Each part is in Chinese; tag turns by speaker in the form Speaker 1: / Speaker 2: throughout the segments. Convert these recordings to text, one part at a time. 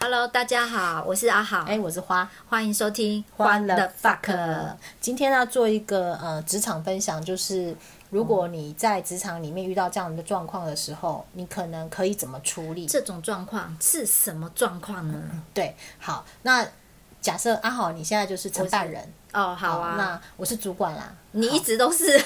Speaker 1: Hello，大家好，我是阿好，
Speaker 2: 哎，我是花
Speaker 1: 欢迎收听《
Speaker 2: 花
Speaker 1: 的
Speaker 2: 的 fuck。今天要做一个呃职场分享，就是如果你在职场里面遇到这样的状况的时候，你可能可以怎么处理？
Speaker 1: 这种状况是什么状况呢？
Speaker 2: 对，好，那假设阿好，你现在就是承办人，
Speaker 1: 哦，好啊，
Speaker 2: 那我是主管啦，
Speaker 1: 你一直都是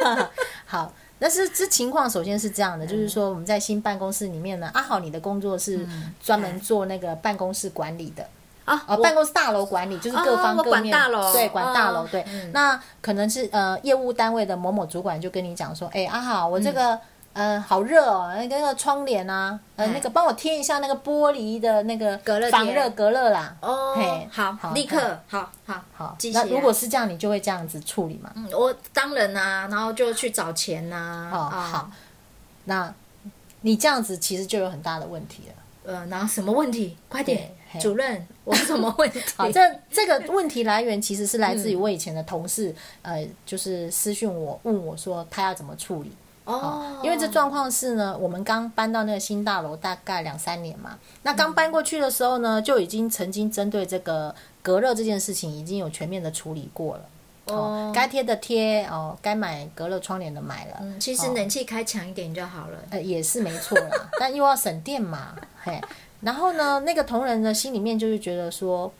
Speaker 2: 好，那是这情况首先是这样的，就是说我们在新办公室里面呢，阿啊好你的工作是
Speaker 1: 嗯
Speaker 2: 专门做那个办公室管理的。
Speaker 1: 啊，
Speaker 2: 哦，
Speaker 1: 我
Speaker 2: 办公室大楼管理就是各
Speaker 1: 哦
Speaker 2: 方
Speaker 1: 我
Speaker 2: 各
Speaker 1: 管
Speaker 2: 面，
Speaker 1: 大楼
Speaker 2: 对，管大楼，
Speaker 1: 哦
Speaker 2: 对。那可能是呃，业务单位的某某主管就跟你讲说，哎、阿好，我
Speaker 1: 嗯
Speaker 2: 这个、呃好热哦，那个那个窗帘啊，呃
Speaker 1: 哎
Speaker 2: 那个帮我贴一下那个玻璃的那个
Speaker 1: 隔热贴
Speaker 2: 防热隔热啦。
Speaker 1: 哦
Speaker 2: 嘿，
Speaker 1: 好，立
Speaker 2: 嗯
Speaker 1: 刻，好好
Speaker 2: 好
Speaker 1: 继。续
Speaker 2: 那
Speaker 1: 来。
Speaker 2: 如果是这样，你就会这样子处理嘛？
Speaker 1: 嗯我当然啦，然后就去找钱呐，
Speaker 2: 哦，
Speaker 1: 啊
Speaker 2: 好，，那你这样子其实就有很大的问 题了。
Speaker 1: 呃，然后什么问题？快点
Speaker 2: 对，嘿
Speaker 1: 主任，我什么问题？
Speaker 2: 好，这这个问题来源其实是来
Speaker 1: 嗯
Speaker 2: 自于我以前的同事，呃，就是私讯我问我说他要怎么处理。
Speaker 1: 哦，
Speaker 2: 因为这状况是呢，我们刚搬到那个新大楼大概两三年嘛，那刚搬过去的时候呢，就已经曾经针对这个隔热这件事情已经有全面的处理过了。
Speaker 1: 哦，
Speaker 2: 该贴的贴哦，该买隔热窗帘的买了，
Speaker 1: 嗯其实冷气开强一点就好了。
Speaker 2: 呃，也是没错 啦，但又要省电嘛，嘿。然后呢，那个同仁呢，心里面就是觉得说，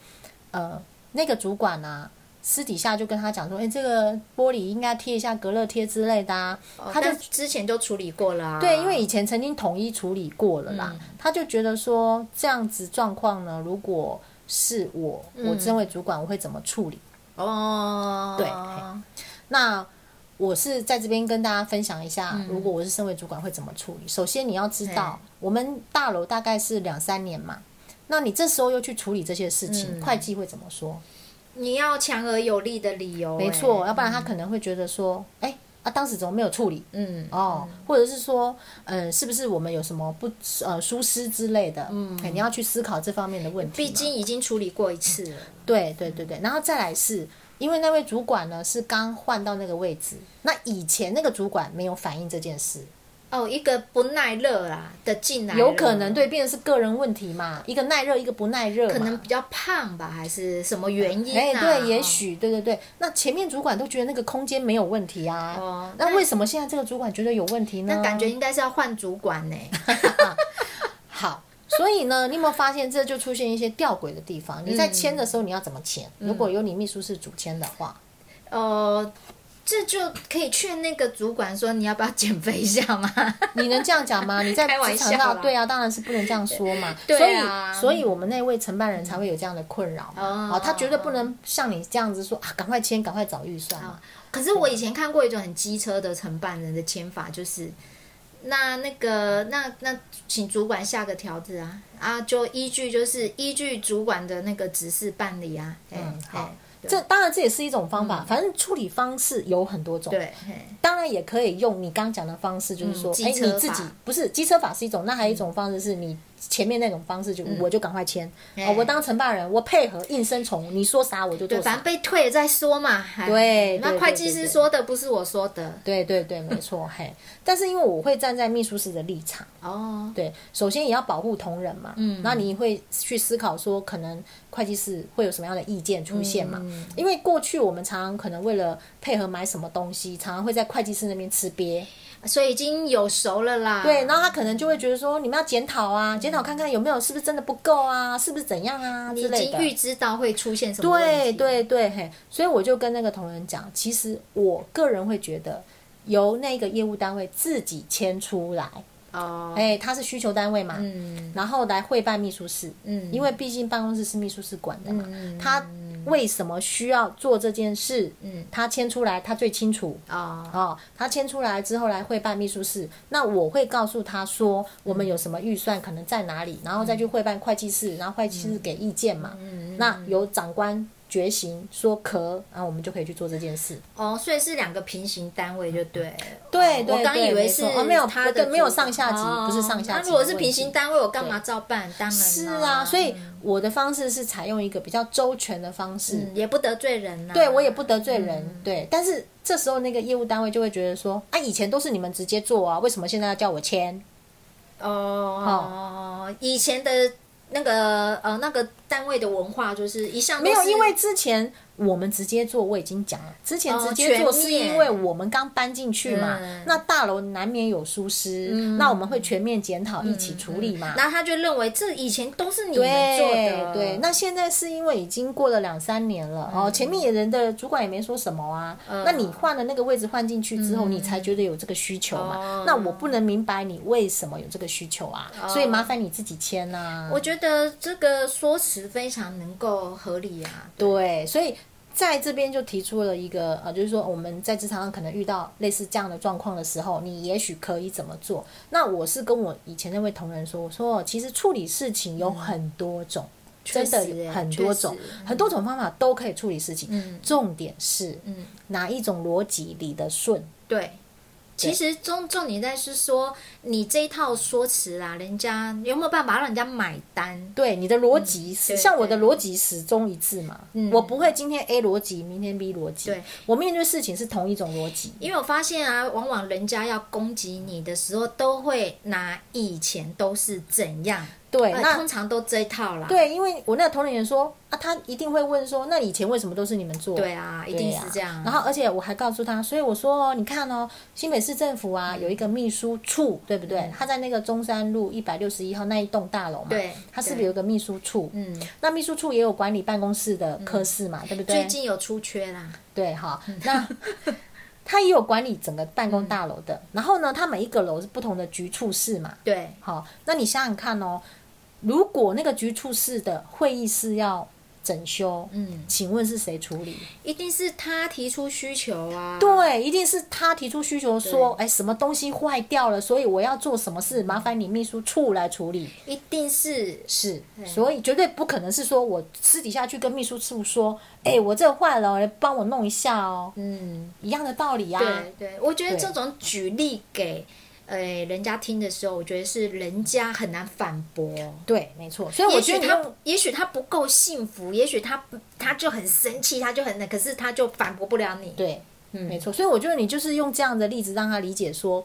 Speaker 2: 呃，那个主管
Speaker 1: 哦
Speaker 2: 啊，私底下就跟他讲说，哎、这个玻璃应该贴一下隔热贴之类的啊。
Speaker 1: 哦
Speaker 2: 他就
Speaker 1: 但之前就处理过了啊，
Speaker 2: 对，因为以前曾经统一处理过了啦，他就觉得说这样子状况呢，如果是我，我身为主管，我会怎么处理？
Speaker 1: 哦，
Speaker 2: 对嘿那我是在这边跟大家分享一下，如果我是身为主管会怎么处理。首先你要知道，我们大楼大概是两三年嘛，那你这时候又去处理这些事情，会计会怎么说？
Speaker 1: 你要强而有力的理由、
Speaker 2: 没
Speaker 1: 哎
Speaker 2: 错，，要不然他可能会觉得说，哎、啊，当时怎么没有处理？
Speaker 1: 嗯，
Speaker 2: 哦，或者是说，嗯、是不是我们有什么不呃疏失之类的？嗯，肯定要去思考这方面的问题嘛。
Speaker 1: 毕竟已经处理过一次了，
Speaker 2: 对对对对，然后再来是因为那位主管呢是刚换到那个位置，那以前那个主管没有反映这件事，
Speaker 1: 哦，一个不耐热啦的进来，
Speaker 2: 有可能，对，变成是个人问题嘛，一个耐热，一个不耐热嘛，
Speaker 1: 可能比较胖吧，还是什么原因、啊？
Speaker 2: 哎、
Speaker 1: 哦
Speaker 2: 对，也许对对对，那前面主管都觉得那个空间没有问题啊，
Speaker 1: 哦
Speaker 2: 那
Speaker 1: 那
Speaker 2: 为什么现在这个主管觉得有问题呢？
Speaker 1: 那感觉应该是要换主管 呢、
Speaker 2: 好。所以呢，你有没有发现这就出现一些吊诡的地方？你在签的时候你要怎么签？
Speaker 1: 嗯
Speaker 2: 如果由你秘书是主签的话，
Speaker 1: 哦，这就可以劝那个主管说，你要不要减肥一下嘛？
Speaker 2: 你能这样讲吗？你 在
Speaker 1: 开玩
Speaker 2: 职场
Speaker 1: 笑
Speaker 2: 上，
Speaker 1: 啦
Speaker 2: 对啊，当然是不能这样说嘛。
Speaker 1: 对啊
Speaker 2: 所以，所以我们那位承办人才会有这样的困扰嘛。
Speaker 1: 哦
Speaker 2: 哦，他绝对不能像你这样子说啊，赶快签，赶快找预算嘛。
Speaker 1: 可是我以前看过一种很机车的承办人的签法，就是那那个那那请主管下个条子啊啊，就依据就是依据主管的那个指示办理啊。嗯
Speaker 2: 好这当然这也是一种方法，反正处理方式有很多种。
Speaker 1: 对，哎嘿
Speaker 2: 当然也可以用你刚讲的方式，就是说，
Speaker 1: 嗯机
Speaker 2: 哎、
Speaker 1: 车
Speaker 2: 你自己
Speaker 1: 法
Speaker 2: 不是机车法是一种，那还有一种方式是你前面那种方式就，我就赶快签、
Speaker 1: 哎
Speaker 2: 哦，我当承办人，我配合应声虫，你说啥我就做
Speaker 1: 对，反正。
Speaker 2: 啥
Speaker 1: 被退了再说嘛。嘿
Speaker 2: 对对
Speaker 1: 那
Speaker 2: 对
Speaker 1: 会计师
Speaker 2: 对对
Speaker 1: 说的不是我说的
Speaker 2: 对对对，没错，嘿。 但是因为我会站在秘书室的立场，
Speaker 1: 哦。
Speaker 2: 对，首先也要保护同仁嘛，嗯，那你会去思考说，可能会计师会有什么样的意见出现嘛？
Speaker 1: 嗯
Speaker 2: 因为过去我们常常可能为了配合买什么东西，常常会在会计师那边吃瘪，
Speaker 1: 所以已经有熟了啦。
Speaker 2: 对，然后他可能就会觉得说，你们要检讨啊，
Speaker 1: 嗯
Speaker 2: 检讨看看有没有是不是真的不够啊，是不是怎样啊
Speaker 1: 你
Speaker 2: 之
Speaker 1: 已
Speaker 2: 类
Speaker 1: 经预
Speaker 2: 的。
Speaker 1: 知到会出现什么问
Speaker 2: 对
Speaker 1: 题。
Speaker 2: 对对，嘿，所以我就跟那个同仁讲，其实我个人会觉得，由那个业务单位自己签出来，
Speaker 1: 哦，
Speaker 2: 哎、他是需求单位嘛，
Speaker 1: 嗯
Speaker 2: 然后来汇办秘书室，
Speaker 1: 嗯，
Speaker 2: 因为毕竟办公室是秘书室管的嘛，
Speaker 1: 嗯
Speaker 2: 他为什么需要做这件事，
Speaker 1: 嗯
Speaker 2: 他签出来，他最清楚。
Speaker 1: 哦
Speaker 2: 哦，他签出来之后来汇办秘书室，那我会告诉他说
Speaker 1: 嗯
Speaker 2: 我们有什么预算，可能在哪里，然后再去汇办会计
Speaker 1: 嗯
Speaker 2: 室，然后会计室给意见嘛。那由长官决行说可，然后我们就可以去做这件事。
Speaker 1: 哦，所以是两个平行单位就对了。哦
Speaker 2: 对嗯对
Speaker 1: 我刚
Speaker 2: 对
Speaker 1: 以为
Speaker 2: 没
Speaker 1: 是
Speaker 2: 错哦没有
Speaker 1: 他
Speaker 2: 不
Speaker 1: 的
Speaker 2: 对没有
Speaker 1: 主管
Speaker 2: 上下级
Speaker 1: 哦
Speaker 2: 不是上下级
Speaker 1: 那如果
Speaker 2: 的
Speaker 1: 是
Speaker 2: 问
Speaker 1: 平
Speaker 2: 题
Speaker 1: 行单位，我干嘛照办？当然
Speaker 2: 是
Speaker 1: 啦
Speaker 2: 啊，所以我的方式是采用一个比较周全的方式，
Speaker 1: 嗯也不得罪人呐。哦
Speaker 2: 对我也不得罪人，对。但是这时候那个业务单位就会觉得说，啊，以前都是你们直
Speaker 1: 哦
Speaker 2: 接做啊，为什么现在要叫我签？
Speaker 1: 哦，以前的那个呃那个单位的文化，就是一向都
Speaker 2: 没有，
Speaker 1: 是
Speaker 2: 因为之前我们直接做，我已经讲了，之前
Speaker 1: 哦
Speaker 2: 直接做
Speaker 1: 全
Speaker 2: 是
Speaker 1: 面
Speaker 2: 因为我们刚搬进去嘛，
Speaker 1: 嗯
Speaker 2: 那大楼难免有疏失，那我们会全面检讨，
Speaker 1: 嗯
Speaker 2: 一起处理嘛。
Speaker 1: 然后他就认为这以前都是你们做
Speaker 2: 对
Speaker 1: 的，嗯
Speaker 2: 对，那现在是因为已经过了两三年了、哦，前面也人的主管也没说什么啊。那你换了那个位置换进去之后，你才觉得有这个需求嘛？
Speaker 1: 嗯哦
Speaker 2: 那我不能明白你为什么有这个需求啊，所以麻烦你自己签啊呐、
Speaker 1: 我觉得这个说辞非常能够合理啊。
Speaker 2: 对，所以在这边就提出了一个呃，就是说我们在职场上可能遇到类似这样的状况的时候，你也许可以怎么做？那我是跟我以前那位同仁说，我说其实处理事情有很多种。真的
Speaker 1: 确实
Speaker 2: 有
Speaker 1: 欸
Speaker 2: 很多种
Speaker 1: 确实，
Speaker 2: 很多种方法都可以处理事情。重点是、
Speaker 1: 嗯
Speaker 2: 哪一种逻辑理得顺？
Speaker 1: 对，其实重重点在是说你这一套说辞啦，人家有没有办法让人家买单？
Speaker 2: 对，你的逻辑
Speaker 1: 嗯
Speaker 2: 是、
Speaker 1: 对
Speaker 2: 像我的逻辑始终一致嘛。
Speaker 1: 嗯
Speaker 2: 我不会今天 A 逻辑，明天 B 逻辑。
Speaker 1: 对，呃
Speaker 2: 我面对事情是同一种逻辑。
Speaker 1: 因为我发现啊，往往人家要攻击你的时候，都会拿以前都是怎样，
Speaker 2: 对，
Speaker 1: 呃
Speaker 2: 那
Speaker 1: 通常都这一套啦。
Speaker 2: 对，因为我那个同龄人说啊，他一定会问说，那你以前为什么都是你们做？
Speaker 1: 对啊，一定
Speaker 2: 对啊
Speaker 1: 是这样。
Speaker 2: 然后，而且我还告诉他，所以我说哦，你看哦，新北市政府啊，有一个秘书处，对不对？他在那个中山路一百六十一号那一栋大楼嘛，
Speaker 1: 嗯对
Speaker 2: 他是不
Speaker 1: 对
Speaker 2: 是有一个秘书处？
Speaker 1: 嗯，
Speaker 2: 那秘书处也有管理办公室的科室嘛，对不对？
Speaker 1: 最近嗯有出缺啦。
Speaker 2: 对哈， 那他也有管理整个办
Speaker 1: 嗯
Speaker 2: 公大楼的。然后呢，他每一个楼是不同的局处室嘛，
Speaker 1: 对，
Speaker 2: 好，那你想想看哦，如果那个局处室的会议室要整修，
Speaker 1: 嗯，啊
Speaker 2: 请问是谁处理？
Speaker 1: 一定是他提出需求啊。
Speaker 2: 对，一定是他提出需求说，哎，什么东西坏掉了，所以我要做什么
Speaker 1: 嗯
Speaker 2: 事，麻烦你秘书处来处理。
Speaker 1: 一定是
Speaker 2: 是，所以绝对不可能是说我私底下去跟秘书处说，哎，我这坏了，来帮我弄一下哦，
Speaker 1: 嗯，
Speaker 2: 一样的道理啊。
Speaker 1: 对对，我觉得
Speaker 2: 对
Speaker 1: 这种举例给呃人家听的时候，我觉得是人家很难反驳。
Speaker 2: 对，没错。所以我
Speaker 1: 也
Speaker 2: 觉
Speaker 1: 许
Speaker 2: 得你
Speaker 1: 他
Speaker 2: 用
Speaker 1: 不，也许他不够幸福，也许他不他就很生气，他就很那，可是他就反驳不了你。
Speaker 2: 对，没错。所以我觉得你就是用这样的例子让他理解说，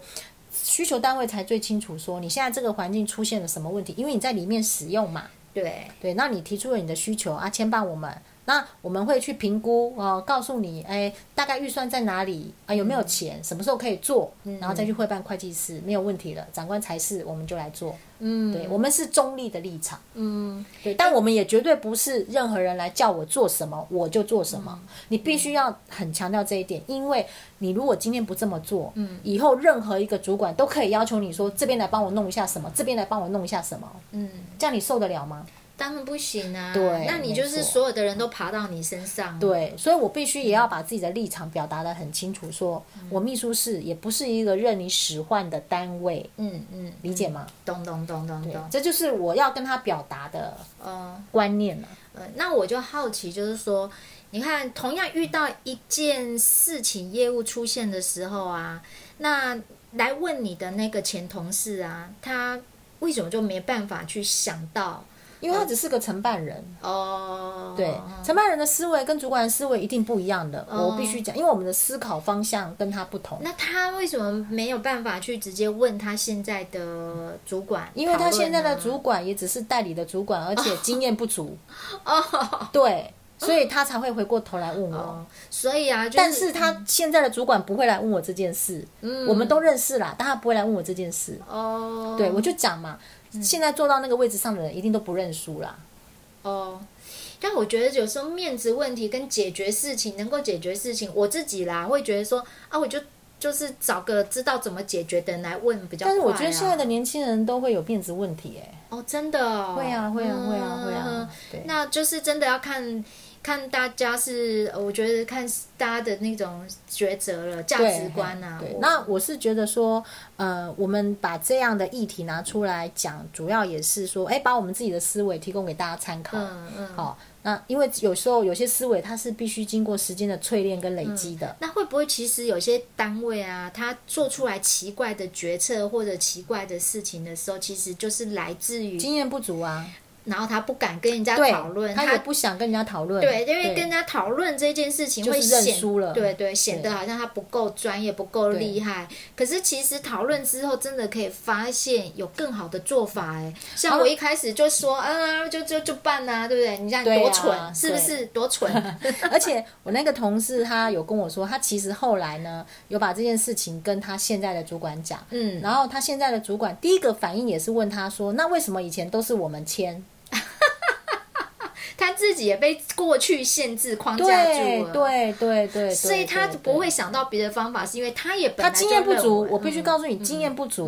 Speaker 2: 需求单位才最清楚说你现在这个环境出现了什么问题，因为你在里面使用嘛。
Speaker 1: 对
Speaker 2: 对，那你提出了你的需求啊，牵绊我们，那我们会去评估哦、呃告诉你，哎，大概预算在哪里啊、有没有钱，什么时候可以做，然后再去汇办会计师，没有问题了，长官才是我们就来做。嗯，对，我们是中立的立场。
Speaker 1: 嗯，
Speaker 2: 对，但我们也绝对不是任何人来叫我做什么我就做什么。你必须要很强调这一点，因为你如果今天不这么做，嗯，以后任何一个主管都可以要求你说这边来帮我弄一下什么，这边来帮我弄一下什么，
Speaker 1: 嗯，
Speaker 2: 这样你受得了吗？
Speaker 1: 当然不行啊。
Speaker 2: 对
Speaker 1: 那你就是
Speaker 2: 没错
Speaker 1: 所有的人都爬到你身上。，
Speaker 2: 对，所以我必须也要把自己的立场表达的很清楚说，我秘书室也不是一个任你使唤的单位，
Speaker 1: 嗯嗯，
Speaker 2: 理解吗？
Speaker 1: 咚咚咚咚
Speaker 2: 对
Speaker 1: 咚，。
Speaker 2: 这就是我要跟他表达的
Speaker 1: 嗯。
Speaker 2: 观念啊了。
Speaker 1: 呃，那我就好奇，就是说，你看，同样遇到一件事情，业务出现的时候啊，那来问你的那个前同事啊，他为什么就没办法去想到？
Speaker 2: 因为他只是个承办人，
Speaker 1: 哦，哦
Speaker 2: 对，承办人的思维跟主管的思维一定不一样的，我必须讲，因为我们的思考方向跟他不同。
Speaker 1: 那他为什么没有办法去直接问他现在的主管？
Speaker 2: 因为他现在
Speaker 1: 讨
Speaker 2: 的
Speaker 1: 论啊
Speaker 2: 主管也只是代理的主管，而且经验不足，
Speaker 1: 啊哦
Speaker 2: 对，所以他才会回过头来问我。
Speaker 1: 哦，所以啊，就是、
Speaker 2: 但是他现在的主管不会来问我这件事，
Speaker 1: 嗯
Speaker 2: 我们都认识啦，但他不会来问我这件事。
Speaker 1: 哦，嗯
Speaker 2: 对，我就讲嘛，现在坐到那个位置上的人一定都不认输啦。
Speaker 1: 哦，但我觉得有时候面子问题跟解决事情能够解决事情，我自己啦会觉得说啊，我就就是找个知道怎么解决的人来问比较快、啊。
Speaker 2: 但是我觉得现在的年轻人都会有面子问题、哎，
Speaker 1: 哦，真的、哦、
Speaker 2: 会啊，会啊，
Speaker 1: 嗯
Speaker 2: 会啊，会啊，对。
Speaker 1: 那就是真的要看嗯看大家是，呃我觉得看大家的那种抉择了价
Speaker 2: 对
Speaker 1: 值观啊。
Speaker 2: 对，
Speaker 1: 我
Speaker 2: 那我是觉得说，呃，我们把这样的议题拿出来讲，主要也是说，哎，把我们自己的思维提供给大家参考。
Speaker 1: 嗯嗯，
Speaker 2: 好，那因为有时候有些思维它是必须经过时间的淬炼跟累积的。
Speaker 1: 那会不会其实有些单位啊，他做出来奇怪的决策或者奇怪的事情的时候，其实就是来自于
Speaker 2: 经验不足啊，
Speaker 1: 然后他不敢跟人家
Speaker 2: 对
Speaker 1: 讨论，，
Speaker 2: 他也不想跟人家讨论，
Speaker 1: 对，因为跟人家讨论这件事情
Speaker 2: 就
Speaker 1: 会
Speaker 2: 是认
Speaker 1: 显
Speaker 2: 输了
Speaker 1: 对对，显得好像他不够专业、不够
Speaker 2: 对
Speaker 1: 厉害。可是其实讨论之后，真的可以发现有更好的做法。哎，
Speaker 2: 好
Speaker 1: 像我一开始就说，啊，就就就办呐、对不对？你看
Speaker 2: 对
Speaker 1: 多
Speaker 2: 啊
Speaker 1: 蠢，是不
Speaker 2: 对
Speaker 1: 是多 蠢？
Speaker 2: 而且我那个同事他有跟我说，他其实后来呢有把这件事情跟他现在的主管讲，
Speaker 1: 嗯，
Speaker 2: 然后他现在的主管第一个反应也是问他说，那为什么以前都是我们签？
Speaker 1: 他自己也被过去限制框架
Speaker 2: 对
Speaker 1: 住了，，
Speaker 2: 对对对，
Speaker 1: 啊所以他
Speaker 2: 对
Speaker 1: 不会。想到别的方法，是因为他也本
Speaker 2: 他
Speaker 1: 来就
Speaker 2: 经验不嗯
Speaker 1: 认
Speaker 2: 足
Speaker 1: 为，嗯
Speaker 2: 我必须告诉你，经验不足。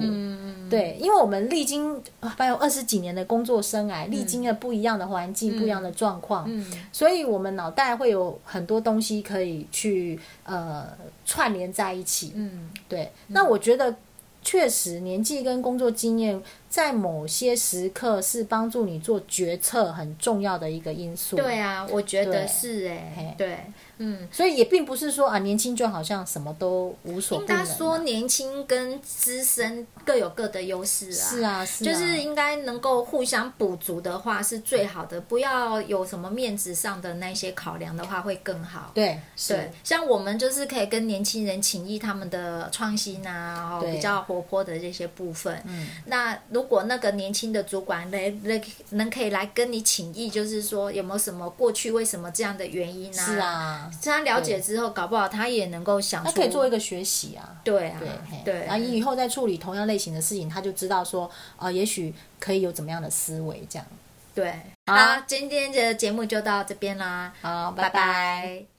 Speaker 2: 对，因为我们历经啊，还有二十几年的工作生涯，历经了不一样的环境、不一样的状况，
Speaker 1: 嗯
Speaker 2: 所以我们脑袋会有很多东西可以去呃串联在一起。
Speaker 1: 嗯
Speaker 2: 对，那我觉得确实年纪跟工作经验在某些时刻是帮助你做决策很重要的一个因素。
Speaker 1: 对，啊，我觉
Speaker 2: 嗯对
Speaker 1: 得是哎
Speaker 2: 嘿，
Speaker 1: 对，嗯。
Speaker 2: 所以也并不是说啊，年轻就好像什么都无所
Speaker 1: 应
Speaker 2: 不能啊、
Speaker 1: 该说年轻跟资深各有各的优势啊。
Speaker 2: 是啊，是啊，
Speaker 1: 就是应该能够互相补足的话是最好的，不要有什么面子上的那些考量的话会更好。
Speaker 2: 对
Speaker 1: 对
Speaker 2: 是，，
Speaker 1: 像我们就是可以跟年轻人请益他们的创新啊，哦，
Speaker 2: 对
Speaker 1: 比较活泼的这些部分。
Speaker 2: 嗯，
Speaker 1: 那如果那个年轻的主管来来能可以来跟你请益，就是说有没有什么过去为什么这样的原因啊？
Speaker 2: 是，啊，
Speaker 1: 他了解之后，搞不好他也能够想
Speaker 2: 他
Speaker 1: 出，
Speaker 2: 可以做一个学习啊。
Speaker 1: 对啊
Speaker 2: 对，
Speaker 1: 对，
Speaker 2: 然后你以后再处理同样类型的事情，他就知道说，呃，也许可以有怎么样的思维这样。
Speaker 1: 对，
Speaker 2: 好
Speaker 1: 好，今天的节目就到这边啦，
Speaker 2: 好，拜
Speaker 1: 拜拜